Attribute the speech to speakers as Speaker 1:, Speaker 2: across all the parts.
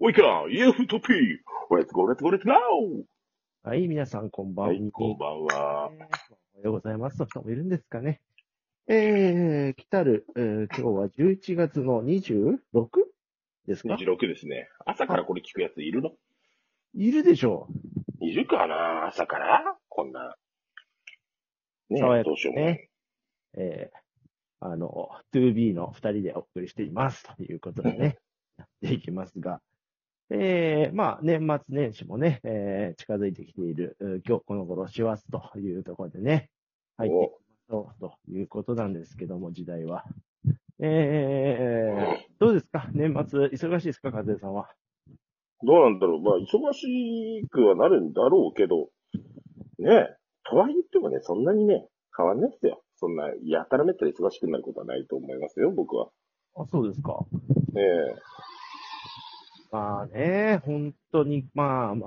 Speaker 1: Wake up! UF と P! Let's go, let's go, let's go!
Speaker 2: はい、皆さんこんばんは。
Speaker 1: はい、こんばんは。
Speaker 2: えーおはようございます。の人もいるんですかね。えー、来たる、えー今日は11月の 26? ですか
Speaker 1: 26ですね。朝からこれ聞くやついるの
Speaker 2: いるでしょ
Speaker 1: いるかな朝からこんな。ね
Speaker 2: 爽やか
Speaker 1: どうしようもない。
Speaker 2: う。えー、あの、2B の2人でお送りしています。ということでね、やっていきますが。えー、まあ、年末年始もね、えー、近づいてきている、えー今日この頃、師走というところでね、入っていきましょうということなんですけども、時代は。えー、どうですか年末、忙しいですか和江さんは。
Speaker 1: どうなんだろう。まあ、忙しくはなるんだろうけど、ねえ。とは言ってもね、そんなにね、変わんないっすよ。そんな、やたらめったら忙しくなることはないと思いますよ、僕は。
Speaker 2: あ、そうですか。
Speaker 1: ええ
Speaker 2: まあね、本当に、まあま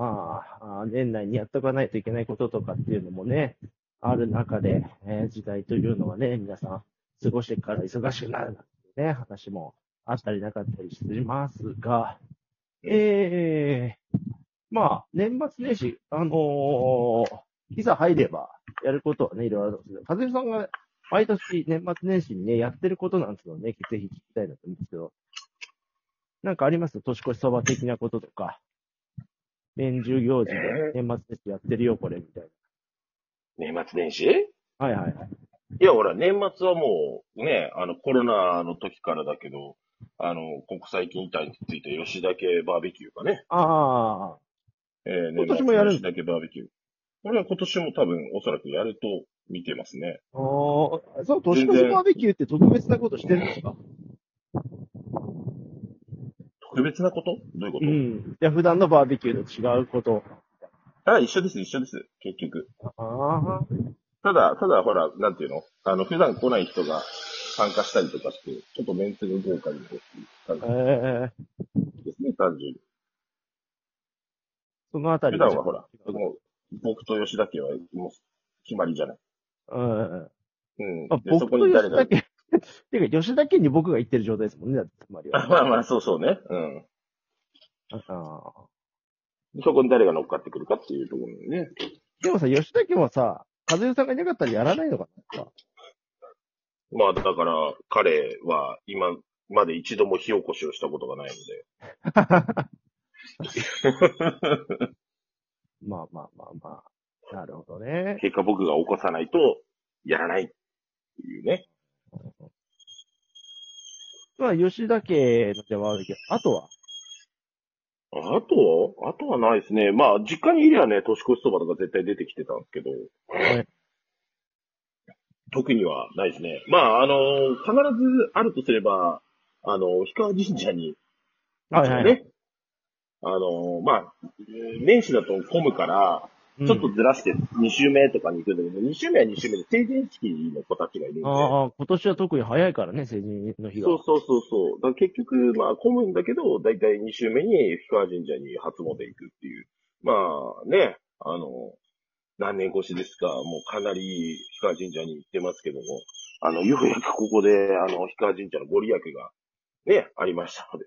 Speaker 2: あ、あ年内にやっとかないといけないこととかっていうのもね、ある中で、えー時代というのはね、皆さん、過ごしてから忙しくなるなんてね、話もあったりなかったりしますが、えー、まあ、年末年始、あのーいざ入れば、やることはね、いろいろあるんですけど、かずみさんが毎年年末年始にね、やってることなんていうのをね、ぜひ聞きたいなと思うんですけど、なんかあります年越しそば的なこととか、年中行事で年末年始やってるよ、これ、みたい
Speaker 1: 年末年始
Speaker 2: な。はいはいはい。
Speaker 1: いや、ほら、年末はもう、ね、あの、コロナの時からだけど、あの、国際近代について吉田家バーベキューがね、
Speaker 2: ああ、
Speaker 1: えー、
Speaker 2: 今年もやるん
Speaker 1: 吉田家バーベキュー。これは今年も多分、おそらくやると見てますね。
Speaker 2: おーそう、年越しバーベキューって特別なことしてるんですか
Speaker 1: 特別なことどういうこ
Speaker 2: う
Speaker 1: と、
Speaker 2: ん。じゃ普段のバーベキューと違うこと。
Speaker 1: あ、一緒です、一緒です。結局。
Speaker 2: ああ、
Speaker 1: ただ、ただ、ほら、なんていうのあの、普段来ない人が参加したりとかして、ちょっとメンツが豪華になるっていう感じ
Speaker 2: ええ
Speaker 1: ですね、単純に。
Speaker 2: そのあたり
Speaker 1: 普段はほら、もう、僕と吉田家は、もう、決まりじゃない。
Speaker 2: うん。
Speaker 1: うん。
Speaker 2: まあ、
Speaker 1: でそ
Speaker 2: 僕
Speaker 1: ことに
Speaker 2: 吉
Speaker 1: 誰が。
Speaker 2: 田家、 てか吉田家に僕が行ってる状態ですもんね、だってつま りは。
Speaker 1: まあまあ、そうそうね。うん。
Speaker 2: ああ
Speaker 1: そこに誰が乗っかってくるかっていうところね。
Speaker 2: でもさ、吉田家もさ、和代さんがいなかったらやらないの かな
Speaker 1: まあ、だから、彼は今まで一度も火起こしをしたことがないので。
Speaker 2: まあまあまあまあ。なるほどね。
Speaker 1: 結果僕が起こさないと、やらないっていうね。
Speaker 2: まあ、吉田家の手はあるけど、あとは、
Speaker 1: あとはあとはないですね。まあ、実家にいりゃね、年越しそばとか絶対出てきてたんですけど。
Speaker 2: い
Speaker 1: 特にはないですね。まあ、あの必ずあるとすれば、あの氷川神社に
Speaker 2: はいはいはい
Speaker 1: ね。あの、まあ、えー年始だと混むから、
Speaker 2: うん
Speaker 1: ちょっとずらして2週目とかに行くんだけど、2週目は2週目で成人式の子たちがいるんで。
Speaker 2: ああ、今年は特に早いからね、成人の日が。
Speaker 1: そうそうそうそう。だから結局、まあ混むんだけど、だいたい2週目に氷川神社に初詣行くっていう。まあね、あの、何年越しですか、もうかなり氷川神社に行ってますけども、あの、ようやくここで、あの、氷川神社のご利益が、ね、ありましたので。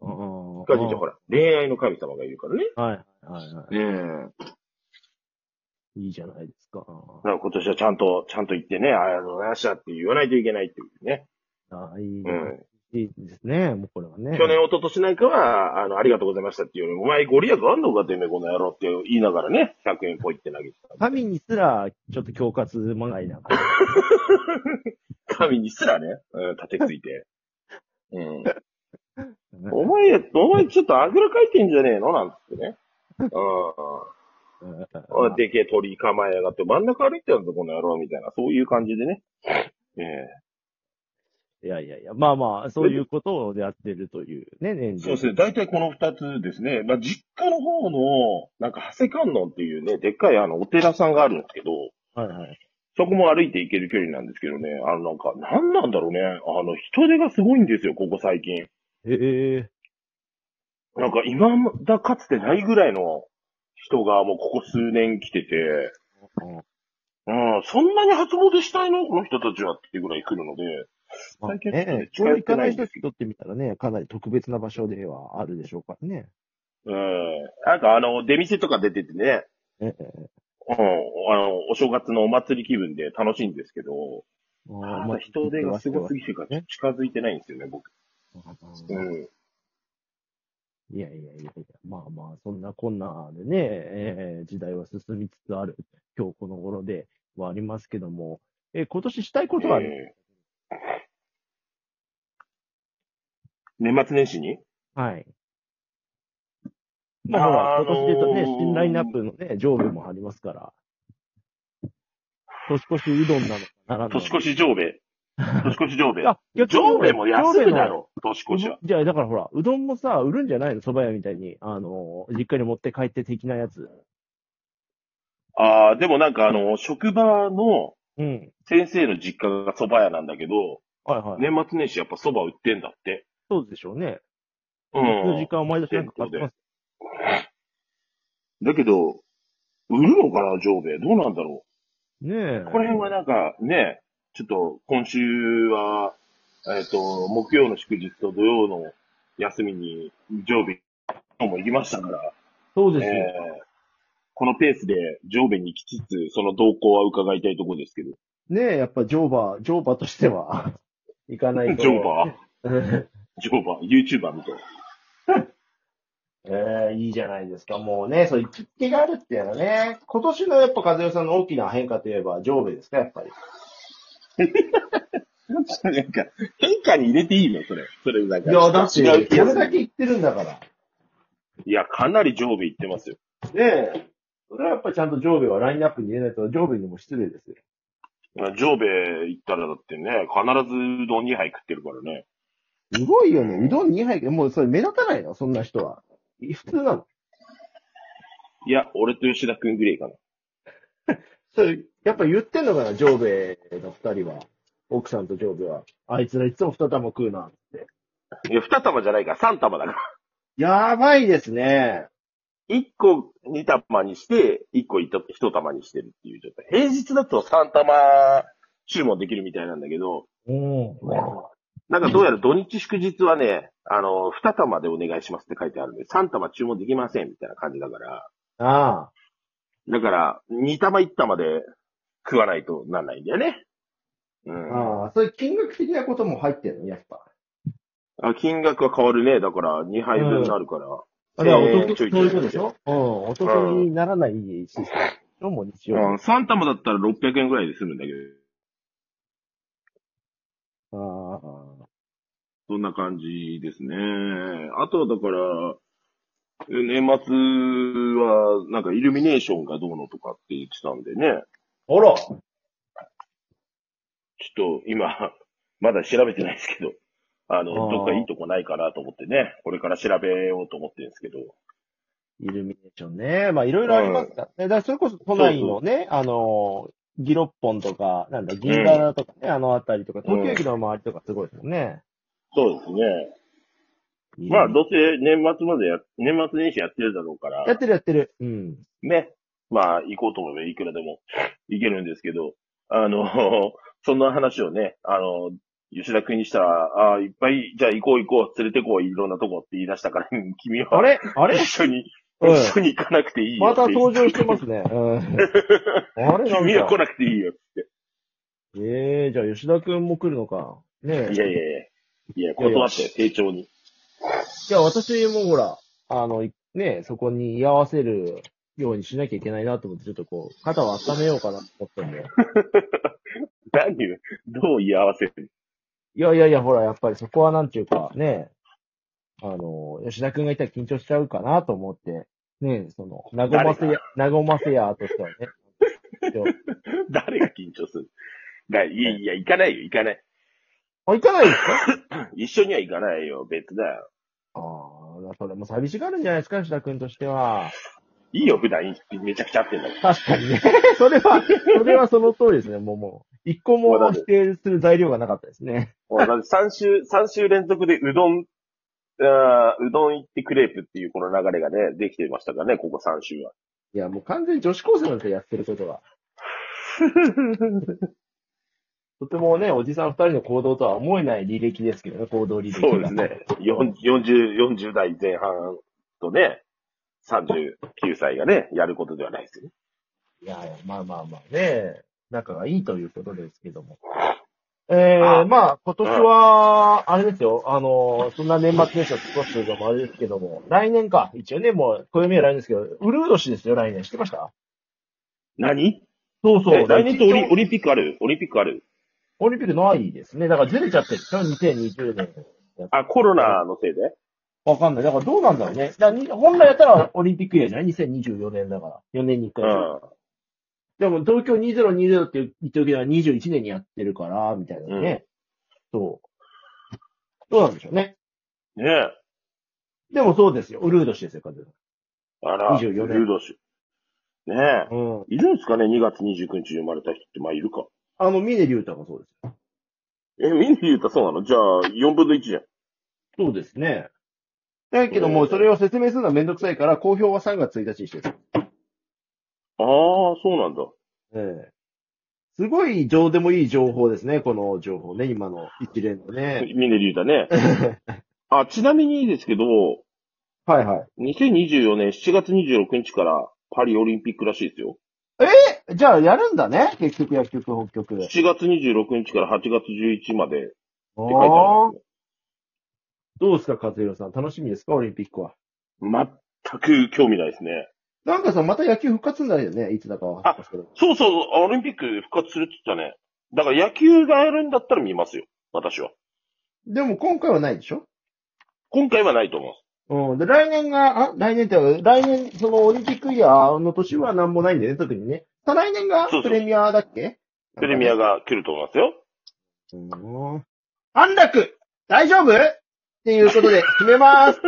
Speaker 2: うん。
Speaker 1: 氷川神社ほら、恋愛の神様がいるからね。
Speaker 2: はいはいは
Speaker 1: ねえ。
Speaker 2: い。いいじゃないですか。
Speaker 1: だから今年はちゃんと、ちゃんと言ってね、ありがとうございましたって言わないといけないっていうね。
Speaker 2: ああ、いい、
Speaker 1: うん。
Speaker 2: いいですね、もうこれはね。
Speaker 1: 去年、一昨年なんかは、あの、ありがとうございましたっていうよりも、お前ご利益あんのかてめえ、この野郎って言いながらね、100円ポイって投げてた。
Speaker 2: 神にすら、ちょっと恐喝まがいな感じ。
Speaker 1: 神にすらね、うん、立てついて。 うん。お前、お前ちょっとあぐらかいてんじゃねえのなんつってね。 うん。
Speaker 2: うん
Speaker 1: おいでけえ鳥構えやがって、真ん中歩いてやんぞ、この野郎みたいな、そういう感じで ね。ええ
Speaker 2: いやいやいや、まあまあ、そういうことをやってるというね、年
Speaker 1: そうで
Speaker 2: 中。
Speaker 1: すね。大体この二つですね。まあ、実家の方の、なんか、長谷観音っていうね、でっかいあの、お寺さんがあるんですけど、
Speaker 2: はいはい。
Speaker 1: そこも歩いて行ける距離なんですけどね、あの、なんか、なんなんだろうね。あの、人手がすごいんですよ、ここ最近。
Speaker 2: ええ
Speaker 1: なんか、今まだかつてないぐらいの人がもうここ数年来てて、うん、そんなに初詣したいのこの人たちはっていうぐらい来るので、
Speaker 2: まあ
Speaker 1: 最近
Speaker 2: ね、
Speaker 1: 近寄
Speaker 2: 行
Speaker 1: って
Speaker 2: かな
Speaker 1: ないいん
Speaker 2: 人
Speaker 1: で
Speaker 2: に
Speaker 1: すけ
Speaker 2: とってみたらね、かなり特別な場所ではあるでしょうからね。
Speaker 1: うん。なんかあの、出店とか出ててね、
Speaker 2: ええ
Speaker 1: うん、あの、お正月のお祭り気分で楽しいんですけど、
Speaker 2: ま
Speaker 1: まだ人手がすごすぎるから、ちょっと近づいてないんですよね、僕。
Speaker 2: う
Speaker 1: うんん。
Speaker 2: いやいやいやいや、まあまあ、そんなこんなでね、えー時代は進みつつある、今日この頃ではありますけども、えー今年したいことはある、
Speaker 1: えー年末年始に
Speaker 2: はい。まあほら、
Speaker 1: あー
Speaker 2: 今年で言うとね、
Speaker 1: あのー
Speaker 2: 新ラインナップのね、上部もありますから、年越しうどんなのかならんの
Speaker 1: 年
Speaker 2: か
Speaker 1: 越し上 兵衛。年越し上兵衛。
Speaker 2: あ、逆に
Speaker 1: 上兵衛も安いだ
Speaker 2: 上
Speaker 1: ろ、年
Speaker 2: 部の
Speaker 1: 越しは。
Speaker 2: じゃあ、だからほら、うどんもさ、売るんじゃないの蕎麦屋みたいに、あのー、実家に持って帰って的なやつ。
Speaker 1: ああ、でもなんかあの、職場の
Speaker 2: うん。
Speaker 1: 先生の実家が蕎麦屋なんだけど、
Speaker 2: はいはい。
Speaker 1: 年末年始やっぱ蕎麦売ってんだって。
Speaker 2: そうでしょうね。
Speaker 1: う
Speaker 2: の時
Speaker 1: ん。
Speaker 2: 間は毎年なんか買ってます。
Speaker 1: だけど、売るのかな、上兵衛。どうなんだろ
Speaker 2: ねえ。
Speaker 1: う。この辺はなんかね、ちょっと今週は、えっ、と、木曜の祝日と土曜の休みに上兵衛も行きましたから、
Speaker 2: そうです
Speaker 1: え
Speaker 2: よ。
Speaker 1: ーこのペースで上兵衛に行きつつ、その動向は伺いたいところですけど。
Speaker 2: ねえ、やっぱジョーバー、ジョーバーとしては、いかないと。
Speaker 1: ジョーバー
Speaker 2: ー
Speaker 1: ジョーバー、YouTuber みたいな。
Speaker 2: ええいいじゃないですか。もうね、そう、行きつけがあるっていうのはね、今年のやっぱ和代さんの大きな変化といえば、ジョーベですか、やっぱり。
Speaker 1: なんか、変化に入れていいのそれ。それ、なん
Speaker 2: い
Speaker 1: か。
Speaker 2: や、だって、
Speaker 1: 違う気が
Speaker 2: これ
Speaker 1: す
Speaker 2: だ
Speaker 1: る。
Speaker 2: け行ってるんだから。
Speaker 1: いや、かなり上下いってますよ。
Speaker 2: ねえ。それはやっぱちゃんとジョーベはラインナップに入れないと、ジョーベにも失礼ですよ。
Speaker 1: 上下行ったらだってね、必ずうどん2杯食ってるからね。
Speaker 2: すごいよね。うどん2杯、もうそれ目立たないの、そんな人は。普通なの。
Speaker 1: いや、俺と吉田くんぐらいかな。
Speaker 2: それ、やっぱ言ってんのかな、ジョーベの二人は。奥さんとジョーベは。あいつらいつも二玉食うな、って。
Speaker 1: いや、2玉じゃないから、3玉だから。
Speaker 2: やばいですね。
Speaker 1: 1個2玉にして、1個1玉にしてるっていう状態。平日だと3玉注文できるみたいなんだけど、
Speaker 2: うん。
Speaker 1: なんかどうやら土日祝日はね、あの、2玉でお願いしますって書いてあるんで、3玉注文できませんみたいな感じだから。
Speaker 2: ああ。
Speaker 1: だから、二玉一玉で食わないとなんないんだよね。うん。
Speaker 2: ああ。それ金額的なことも入ってるの、やっぱ。
Speaker 1: あ金額は変わるね。だから、二杯分になるから。
Speaker 2: あれは
Speaker 1: えー
Speaker 2: お得、
Speaker 1: ちょいち
Speaker 2: そ
Speaker 1: ょ
Speaker 2: う
Speaker 1: い
Speaker 2: いうことでしょうん。お得にならないシステムでしょ。もう日曜
Speaker 1: うん、三玉だったら600円ぐらいで済むんだけど、
Speaker 2: ああ。
Speaker 1: そんな感じですね。あとはだから、年末は、なんかイルミネーションがどうのとかって言ってたんでね。
Speaker 2: あら
Speaker 1: ちょっと今、 まだ調べてないですけど、あの、
Speaker 2: あー
Speaker 1: どっかいいとこないかなと思ってね。これから調べようと思ってるんですけど。
Speaker 2: イルミネーションね。まあ、いろいろありますからね。だから、それこそ都内のね、あの、ギロッポンとか、なんだ、銀柄とかね、あのあたりとか、東京駅の周りとかすごいですもんね。
Speaker 1: そうですね。まあ、どうせ年末までや、年末年始やってるだろうから
Speaker 2: や、ってるやってる。うん。
Speaker 1: ね。まあ、行こうと思えばいくらでも 行けるんですけど、あの、 そんな話をね、あの、吉田君にしたら、ああ、いっぱい、じゃあ行こう行こう、連れてこう、いろんなとこって言い出したから、 うん君は、
Speaker 2: あれあれ
Speaker 1: 一緒に、
Speaker 2: うん
Speaker 1: 一緒に行かなくていいよっ
Speaker 2: ま
Speaker 1: て。
Speaker 2: た登場してますね。うん。あれなん
Speaker 1: 君は来
Speaker 2: だ。
Speaker 1: なくていいよって。
Speaker 2: ええじゃあ吉田くんも来るのか。ねえ。
Speaker 1: いやいやいや。いや、断って、丁重に。
Speaker 2: いや、私もほら、あの、いねえ、そこに居合わせるようにしなきゃいけないなと思って、ちょっとこう、肩を温めようかなと思った んで。
Speaker 1: 何をどう言い合わせる
Speaker 2: いやいやいや、ほら、やっぱりそこはなんていうか、ねえ、あの、吉田くんがいたら緊張しちゃうかなと思って、ねえ、その、和ませや、和ませやとしてはね。
Speaker 1: 誰が緊張するだいやいや、行かないよ、行かない。
Speaker 2: あ、行かないですか
Speaker 1: 一緒には行かないよ、別だよ。
Speaker 2: ああ、それも寂しがるんじゃないですか、吉田くんとしては。
Speaker 1: いいよ、普段、めちゃくちゃ会ってんだから。
Speaker 2: 確かにね。 それは、それはその通りですね。もうもう、一個も否定する材料がなかったですね。
Speaker 1: 俺だって3週、 三週連続でうどん、あーうどん行ってクレープっていうこの流れがね、できてましたからね、ここ3週は。
Speaker 2: いや、もう完全に女子高生なんですよ、やってることが。 とてもね、おじさん二人の行動とは思えない履歴ですけどね、行動履歴が。
Speaker 1: そうです ね。40、40代前半とね、39歳がね、やることではないですよね。
Speaker 2: いやいや、まあまあまあね、仲がいいということですけども。えー、
Speaker 1: あ
Speaker 2: まあ、今年は、あれですよ、あのー、そんな年末年始を過ごすのもあれですけども、来年か、一応ね、もう、暦は来年ですけど、ウルウ年ですよ、来年。知ってました
Speaker 1: 何
Speaker 2: そう
Speaker 1: え来年とオリオリンピックあるオリンピックある
Speaker 2: オリンピックないですね。だからずれちゃってるんですよ、2020年。
Speaker 1: あ、コロナのせいで
Speaker 2: わかんない。だからどうなんだろうね。だからに本来やったらオリンピック以来じゃない ?2024 年だから。4年に1
Speaker 1: う
Speaker 2: 回でしょ。でも東京2020って言っておきながら21年にやってるから、みたいなね。そう。どうなんでしょうね。
Speaker 1: ん。ねえ。
Speaker 2: でもそうですよ。ウルード氏ですよ、カズ
Speaker 1: あら、
Speaker 2: 24年
Speaker 1: ルード氏。ねえ。
Speaker 2: うん。
Speaker 1: いるんですかね ?2 月29日に生まれた人って、まあいるか。
Speaker 2: あの、峰竜太もそうですよ。
Speaker 1: え、ミニ言うたらそうなのじゃあ、4分の1じゃん。
Speaker 2: そうですね。だけどもうそれを説明するのはめんどくさいから、公表は3月1日にしてる。
Speaker 1: ああ、そうなんだ。
Speaker 2: ええ。すごい、どうでもいい情報ですね、この情報ね、今の一連のね。
Speaker 1: ミネリューだね。 あ、ちなみにですけど、
Speaker 2: はいはい。
Speaker 1: 2024年7月26日からパリオリンピックらしいですよ。
Speaker 2: じゃあ、やるんだね結局、薬局、北極で。
Speaker 1: 7月26日から8月11までって書いて
Speaker 2: あ
Speaker 1: ある
Speaker 2: あ
Speaker 1: んで
Speaker 2: どうですか、和弘さん。楽しみですか、オリンピックは。
Speaker 1: すよ。全く興味ないですね。
Speaker 2: なんかさ、また野球復活になるよね、いつだかは。
Speaker 1: そうそう、オリンピック復活するって言ったね。だから野球がやるんだったら見ますよ。私は。
Speaker 2: でも今回はないでしょ
Speaker 1: 今回はないと思う。
Speaker 2: うん。で、来年が、あ、来年って、来年、そのオリンピックイヤーの年はなんもないんだよね、特にね。再来年が
Speaker 1: そうそ
Speaker 2: プ
Speaker 1: う
Speaker 2: レミアだっけ
Speaker 1: プレミア
Speaker 2: が。
Speaker 1: が来ると思いますよ。
Speaker 2: うん安楽大丈夫っていうことで、決めます